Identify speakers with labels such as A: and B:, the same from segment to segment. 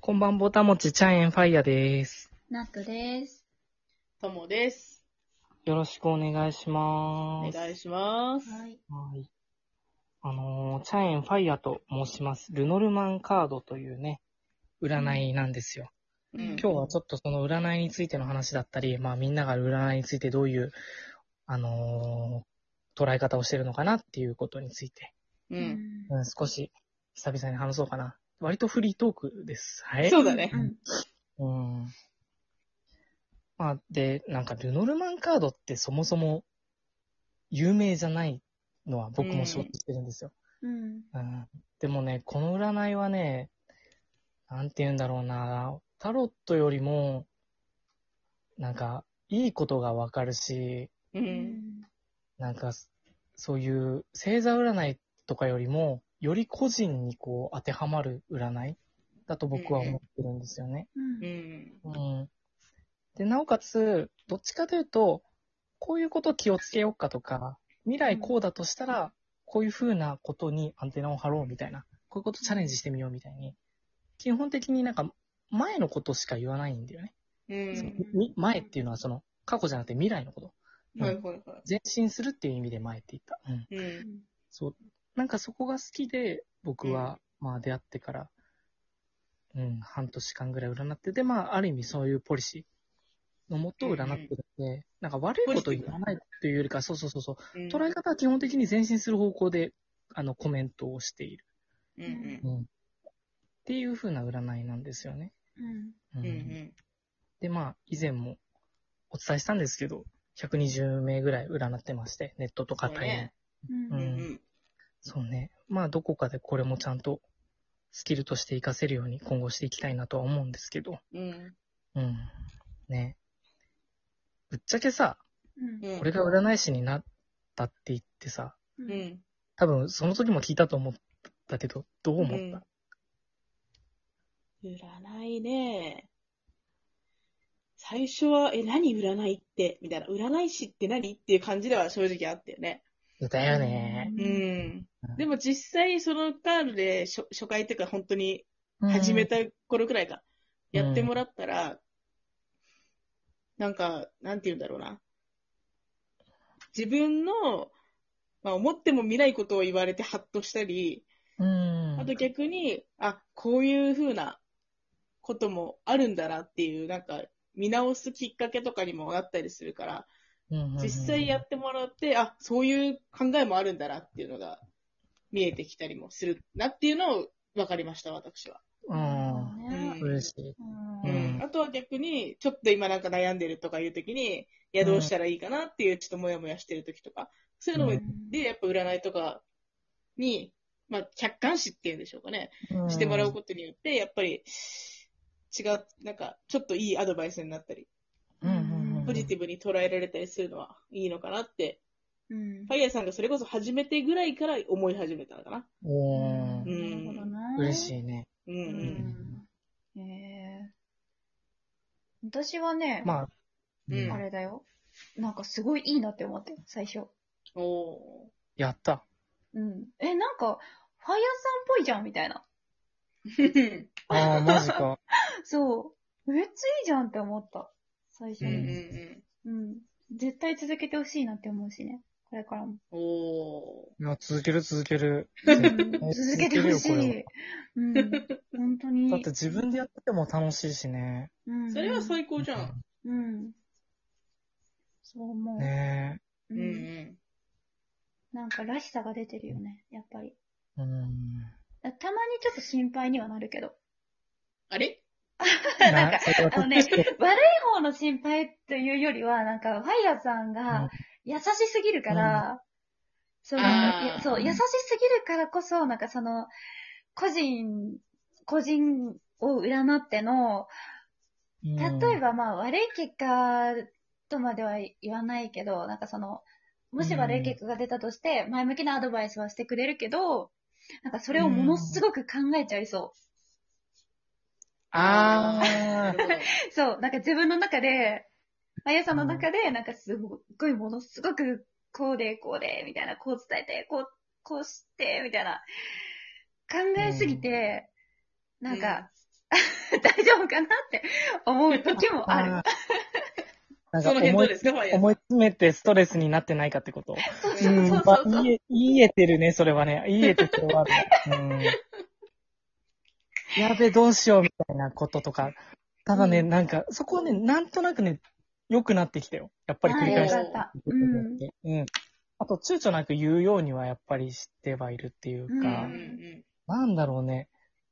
A: こんばんぼたもちチャイエンファイヤです。
B: ナットです。
C: ともです。
A: よろしくお願いし
C: お
A: ます。
C: 願いします。
B: い。
A: はい。あのーチャイエンファイヤと申します。ルノルマンカードというね、占いなんですよ。
C: うん
A: 今日はちょっとその占いについての話だったり、まあみんなが占いについてどういう、あのー捉え方をしてるのかなっていうことについて、
C: う。
B: うんん。
A: うん、少し久々に話そうかな。割とフリートークです。はい。
C: そうだね
B: う。ん。
A: うん。まあ、で、なんか、ルノルマンカードってそもそも有名じゃないのは僕も承知してるんですよ。
B: うん。
A: うんでもね、この占いはね、なんて言うんだろうな、タロットよりも、なんか、いいことがわかるし、
C: う。
B: うんん。
A: なんか、そういう星座占いとかよりも、より個人にこう当てはまる占いだと僕は思ってるんですよね。
C: う。
B: うん
A: うん。で、なおかつ、どっちかというと、こういうこと気をつけようかとか、未来こうだとしたら、こういうふうなことにアンテナを張ろうみたいな、こういうことチャレンジしてみようみたいに、基本的になんか、前のことしか言わないんだよね。
C: うん。
A: み前っていうのはその、過去じゃなくて未来のこと。
C: はいはいは
A: 前進するっていう意味で前って言った。うん。
C: い。うん。
B: ん。
A: そう。なんかそこが好きで、僕は、まあ出会ってから、うん、半年間ぐらい占ってて、まあある意味そういうポリシーのもと占ってるんで、なんか悪いこと言わないというよりか、そうそうそうそう、
C: うん
A: 捉え方は基本的に前進する方向で、あの、コメントをしている。
C: うん
A: うん。っていう風な占いなんですよね。
B: う
A: う。
B: ん。
C: うん。うんん
A: で、まあ以前もお伝えしたんですけど、120名ぐらい占ってまして、ネットとか対面。
B: うん。
A: う
C: うんん。うん。
A: そうね。まあ、どこかでこれもちゃんとスキルとして活かせるように今後していきたいなとは思うんですけど。
C: うん。
A: うん。ね。ぶっちゃけさ、
B: うん。
C: うん。
A: 俺が占い師になったって言ってさ、
B: う。
C: うんん。
A: 多分その時も聞いたと思ったけど、どう思った、
C: うん占いね。最初は、え、何占いってみたいな。占い師って何っていう感じでは正直あったよね。
A: だよね。
C: うん。でも実際、そのカードで初初回というか、本当に始めた頃くらいか、
A: うん
C: やってもらったら、なんか、なんて言うんだろうな。自分の、まあ、思っても見ないことを言われてハッとしたり、
A: うん。
C: あと逆に、あ、こういうふうなこともあるんだなっていう、なんか、見直すきっかけとかにもなったりするから、
A: うん、
C: 実際や
A: っ
C: ってもらって、あ、そういう考えもあるんだなっていうのが見えてきたりもするなっていうのを分かりました、私は。
A: うん。
C: うん
A: 嬉しい。
B: うん。
A: う
C: うんん、あとは逆に、ちょっと今なんか悩んでるとかいう時に、いや、どうしたらいいかなっていう、ちょっともやもやしてる時とか、そういうのも、で、やっぱ占いとかに、まあ、客観視っていうんでしょうかね、してもらうことによって、やっぱり、違う、なんか、ちょっといいアドバイスになったり、
A: うんうんうん
C: ポジティブに捉えられたりするのはいいのかなって、
B: うん。
C: ファイヤーさんがそれこそ初めてぐらいから思い始めたのかな。
A: おー
C: ん
A: 嬉し
B: い。
A: いね。
C: うんう。
B: うんん。えー。私はね、
A: まあ、
C: うん
B: あれだよ。なんかすごいいいなって思って、最初。
C: おー
A: やった。
B: うん。え、なんか、ファイヤーさんっぽいじゃんみたいな。
A: ああ、マジか。
B: そう。めっちゃいいじゃんって思った。最初
C: うんうんう
B: に。
C: ん。
B: うん。絶対続けてほしいなって思うしね。これからも。
C: おー
A: いや、続ける続ける。
B: うん続けてほし
A: 続ける
B: い。うん。本当に。
A: だって自分でやってても楽しいしね。
B: うん
C: それは最高じゃん。
B: うん。そう思う。
A: ね
B: う。
C: うんうんん。
B: なんからしさが出てるよね、やっぱり。
A: え。うん。
B: たまにちょっと心配にはなるけど。
C: あれ
B: なんか、
A: それは
B: あのね、悪い方の心配というよりは、なんか、ファイヤーさん
A: うん
B: が優しすぎるから、そう、なんかい
C: あ
B: や、
C: ー
B: そう、優しすぎるからこそ、なんかその、個人、個人を占っての、例え、ばまあ悪い結果とまでは言わないけど、なんかその、もし悪い結果が出たとして、前向きなアドバイスはしてくれるけど、なんかそれをものすごく考えちゃいそ
A: ああ
C: な。るほど
B: う。そう、なんか自分の中で、まゆさんの中で、なんかすごいものすごく、こうで、こうで、みたいな、こう伝えて、こう、こうして、みたいな、考えすぎて、なんか、 大丈夫かなって思う時 もある。
A: あーなんか
C: その辺ど
A: 思
C: う
A: い
C: ですか、ファイヤーさ
A: 思
C: ん
A: い詰めてストレスになってないかってこと。
B: そう
A: う、
B: そうんそう
A: ま
B: そう
A: あ
B: そう。
A: 言え、言えてるね、それはね。言えてそれはある。うん。やべ、どうしようみたいなこととか。ただね、
B: うん
A: なんか、そこはね、なんとなくね、良くなってきたよ。やっぱり繰
B: あ
A: り
B: ー
A: 返
B: よ
A: して
B: かった。う
A: うんん。。あと、躊躇なく言うようにはやっぱりしてはいるっていうか、
C: うんうん
A: なんだろうね。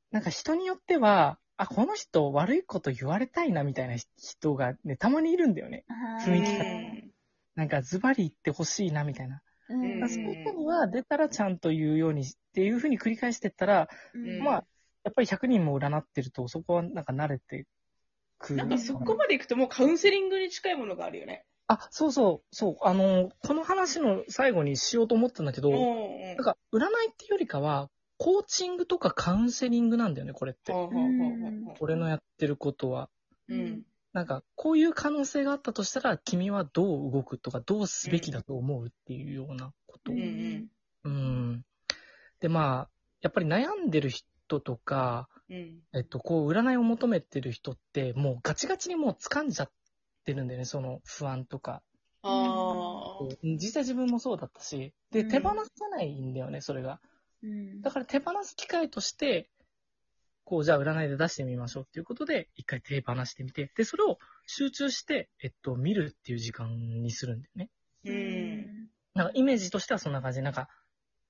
A: なんか人によっては、あ、この人悪いこと言われたいなみたいな人がね、たまにいるんだよね。
B: あー
A: 雰囲気なんかズバリ言ってほしいなみたいな。
B: うん
C: うん
A: だからそういう人には出たらちゃんと言うようにしっていうふうに繰り返してったら、
B: うん
A: まあ、やっぱり100人も占ってると、そこはなんか慣れてくる。
C: なんかそこまで行くともうカウンセリングに近いものがあるよね。
A: あ、そうそう、そう。あの、この話の最後にしようと思ったんだけど、
C: うんう
A: な
C: ん
A: んか、占いっていうよりかは、コーチングとかカウンセリングなんだよね、これって。
C: ほうほうほうほうほ
A: 俺のやってることは。
C: ううん
A: なんか、こういう可能性があったとしたら、君はどう動くとか、どうすべきだと思うっていうようなこと。
C: うんうん
A: うん。で、まあ、やっぱり悩んでる人とか、
C: うん
A: えっと、こう、占いを求めてる人って、もうガチガチにもう掴んじゃってるんだよね、その不安とか。
C: あー
A: 実際自分もそうだったし、で、
B: うん
A: 手放せないんだよね、それが。
B: うん
A: だから手放す機会として、こう、じゃあ占いで出してみましょうっていうことで、一回手放してみて、で、それを集中して、えっと、見るっていう時間にするんだよね。
C: う
B: うんん
A: なんかイメージとしてはそんな感じ。なんか、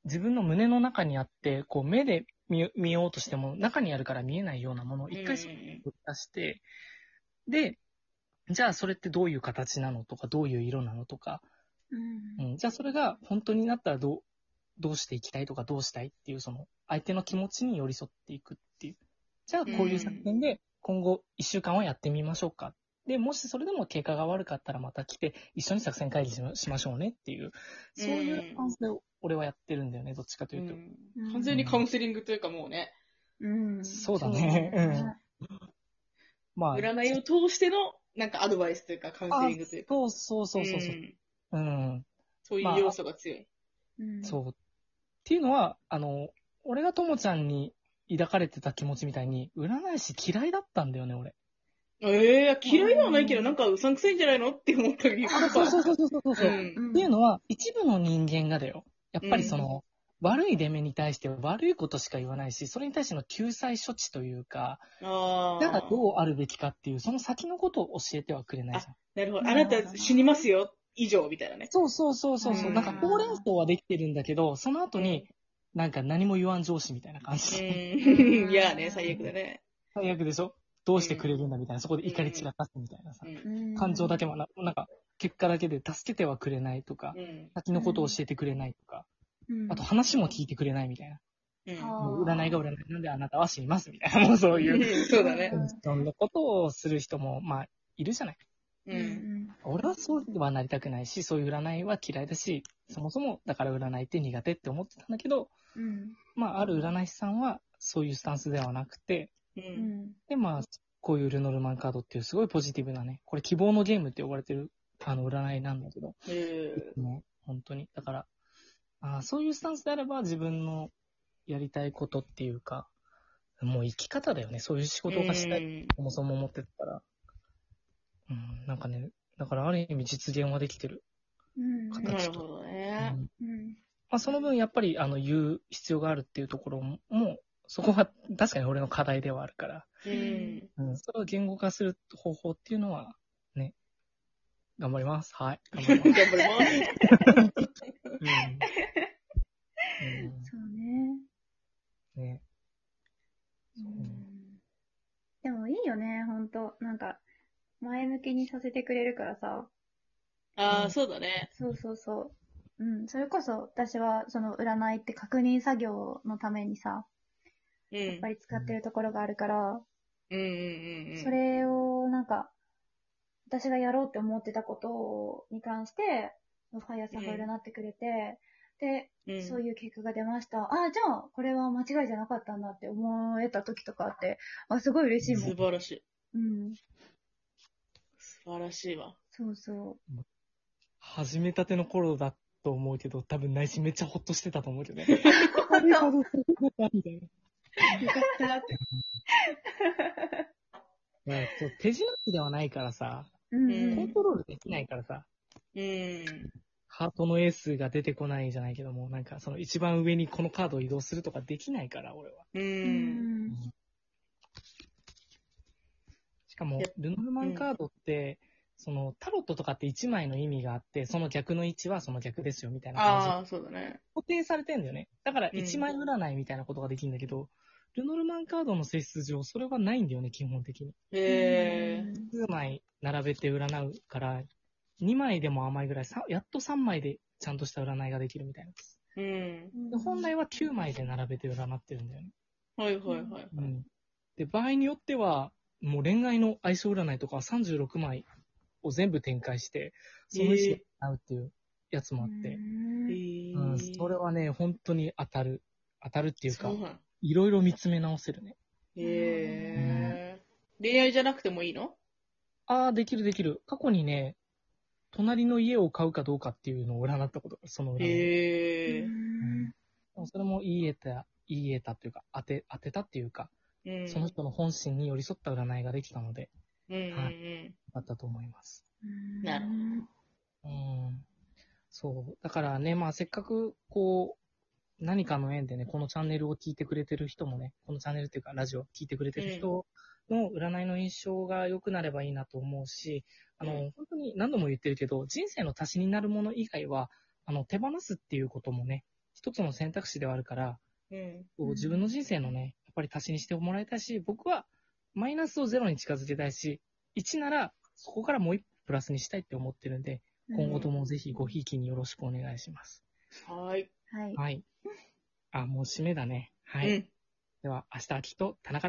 A: 自分の胸の中にあって、こう、目で見見ようとしても、中にあるから見えないようなものを一回そ
C: うん
A: 出して、で、じゃあそれってどういう形なのとか、どういう色なのとか、
B: うん
A: うん、じゃあそれが本当になったらどう、どうしていきたいとかどうしたいっていうその相手の気持ちに寄り添っていくっていう。じゃあこういう作品で今後1週間はやってみましょうか。で、もしそれでも経過が悪かったらまた来て一緒に作戦会議しましましょうねっていう、そういう感じで俺はやってるんだよね、どっちかと
C: う
A: いうと。
C: ん完全にカウンセリングというかもうね、
B: うん
A: そうだね。う
B: うん
A: ん。まあ、
C: 占いを通してのなんかアドバイスというかカウンセリングというか。
A: そうそうそうそうそう。
C: ん
A: うん
C: そういう要素が強い。
B: うん
A: そう。っていうのは、あの、俺がともちゃんに抱かれてた気持ちみたいに、占い師嫌いだったんだよね、俺。
C: ええ嫌いではないけど、なんかうさんくさいんじゃないのって思ったりとか。
A: そうそうそうそうそうそう、 っ
C: ん
A: ていうのは、一部の人間がだよ。やっぱりその、悪い出目に対して悪いことしか言わないし、それに対しての救済処置というか、
C: ああ。
A: なんかどうあるべきかっていう、その先のことを教えてはくれないじゃん。
C: なるほど。あなた死にますよ、以上、みたいなね。
A: そうそうそうそうそう、
C: うん
A: なんかほうれん草はできてるんだけど、その後
C: う
A: に
C: ん、
A: なんか何も言わん上司みたいな感じ。
C: うん。いやね、最悪だね。
A: 最悪でしょどうしてくれるんだみたいな、そこで怒り散らかすみたいなさ
C: う。ん。
B: うん
A: 感情だけもな、なんか、結果だけで助けてはくれないとか、
C: うん。
A: 先のことを教えてくれないとか、
B: うん
A: あと話も聞いてくれないみたいな。
C: うん
B: あ
A: もう占いが占いなんであなたは死にますみたいな、もうそういう、
C: うんそうだね。
A: そんなことをする人も、まあ、いるじゃない。
B: う
C: うん。
B: ん
A: 俺はそうはなりたくないし、そういう占いは嫌いだし、そもそもだから占いって苦手って思ってたんだけど、
B: うん
A: まあ、ある占い師さんはそういうスタンスではなくて、
C: う。
B: うんん
A: で、まあ、こういうルノルマンカードっていうすごいポジティブなね、これ希望のゲームって呼ばれてる、あの、占いなんだけど、
C: うん
A: ね、本当に。だから、あーそういうスタンスであれば自分のやりたいことっていうか、もう生き方だよね。そういう仕事がしたい。
C: い。
A: そもそも思ってたから。うん、なんかね、だからある意味実現はできてる。
B: うん
A: 形
C: なるほどね
A: う。ん
B: うん
A: まあ、その分やっぱり、あの、言う必要があるっていうところも、そこは確かに俺の課題ではあるから。
C: うん。
A: うん、それを言語化する方法っていうのは、ね、頑張ります。はい。頑張り
C: 頑
A: ます。
C: 張ります。
A: うん
B: そうね
A: うんね、
B: うんでもいいよねほんとなんか前向きにさせてくれるからさ
C: ああ、そうだね。
B: そうそうそう。うん、それこそ私はその占いって確認作業のためにさ、
C: うん。
B: やっぱり使ってるところがあるから、
C: うんうんうんうん。
B: それをなんか、私がやろうって思ってたことに関して、ファイヤーさんが占ってくれて、
C: うん、
B: で、そういう結果が出ました。ああ、じゃあ、これは間違いじゃなかったんだって思えた時とかあって、あ、すごい嬉しいも
C: 素
B: ん。
C: 晴らしい。
B: うん。
C: 素晴らしいわ。
B: そうそ
A: 始めたての頃だと思うけど、多分内心めっちゃほっとしてたと思うけど ね。みたいな。
B: う。よかったって。
A: ね、そう手品師ではないからさ、
B: うん
C: うん
A: コントロールできないからさ、
C: うん。
A: ハートのエースが出てこないじゃないけども、なんかその一番上にこのカードを移動するとかできないから、俺は。
C: う。
B: うんん。
A: しかも
C: いや、
A: ルノルマンカードって、そのタロットとかって1枚の意味があって、その逆の位置はその逆ですよみたいな感じで
C: ああ、そうだね。
A: 固定されてんだよね。だから
C: うん
A: 1枚占いみたいなことができるんだけど、ルノルマンカードの性質上、それはないんだよね、基本的に。
C: へえ。
A: 数枚並べて占うから、2枚でも甘いぐらい、さやっと3枚でちゃんとした占いができるみたいな。
C: うん。
A: で本来は9枚で並べて占ってるんだよね。
C: はいはいはい。
A: で、場合によっては、もう恋愛の相性占いとかは36枚を全部展開して、その日を占うっていうやつもあって、
C: へえ
A: うん、それはね、本当に当たる。当たるっていうか
C: そう、なん
A: いろいろ見つめ直せるね。
C: へえ。恋愛じゃなくてもいいの
A: ああ、できるできる。過去にね、隣の家を買うかどうかっていうのを占ったことがあるその占い。
C: へえ。
A: でもそれも言い得た、言い得たっていうか、当て、当てたっていうか、
C: うん。
A: その人の本心に寄り添った占いができたので、
C: うんうんうん。
A: だったと思います。
C: なる
A: うん。そう。だからね、まあせっかく、こう、何かの縁でね、このチャンネルを聞いてくれてる人もね、このチャンネルっていうか、ラジオを聞いてくれてる人の占いの印象が良くなればいいなと思うし、あの、
C: う
A: 本当に何度も言ってるけど、人生の足しになるもの以外は、あの、手放すっていうこともね、一つの選択肢ではあるから、
C: うん。
A: こう
B: うん
A: 自分の人生のね、やっぱり足しにしてもらいたいし、僕はマイナスをゼロに近づけたいし、1ならそこからもう1プラスにしたいって思ってるんで、今後ともぜひごひいきによろしくお願いします。
C: はい。
B: はい。
A: はい。あ、もう締めだね。はい。
C: うん。
A: では、明日、秋と田中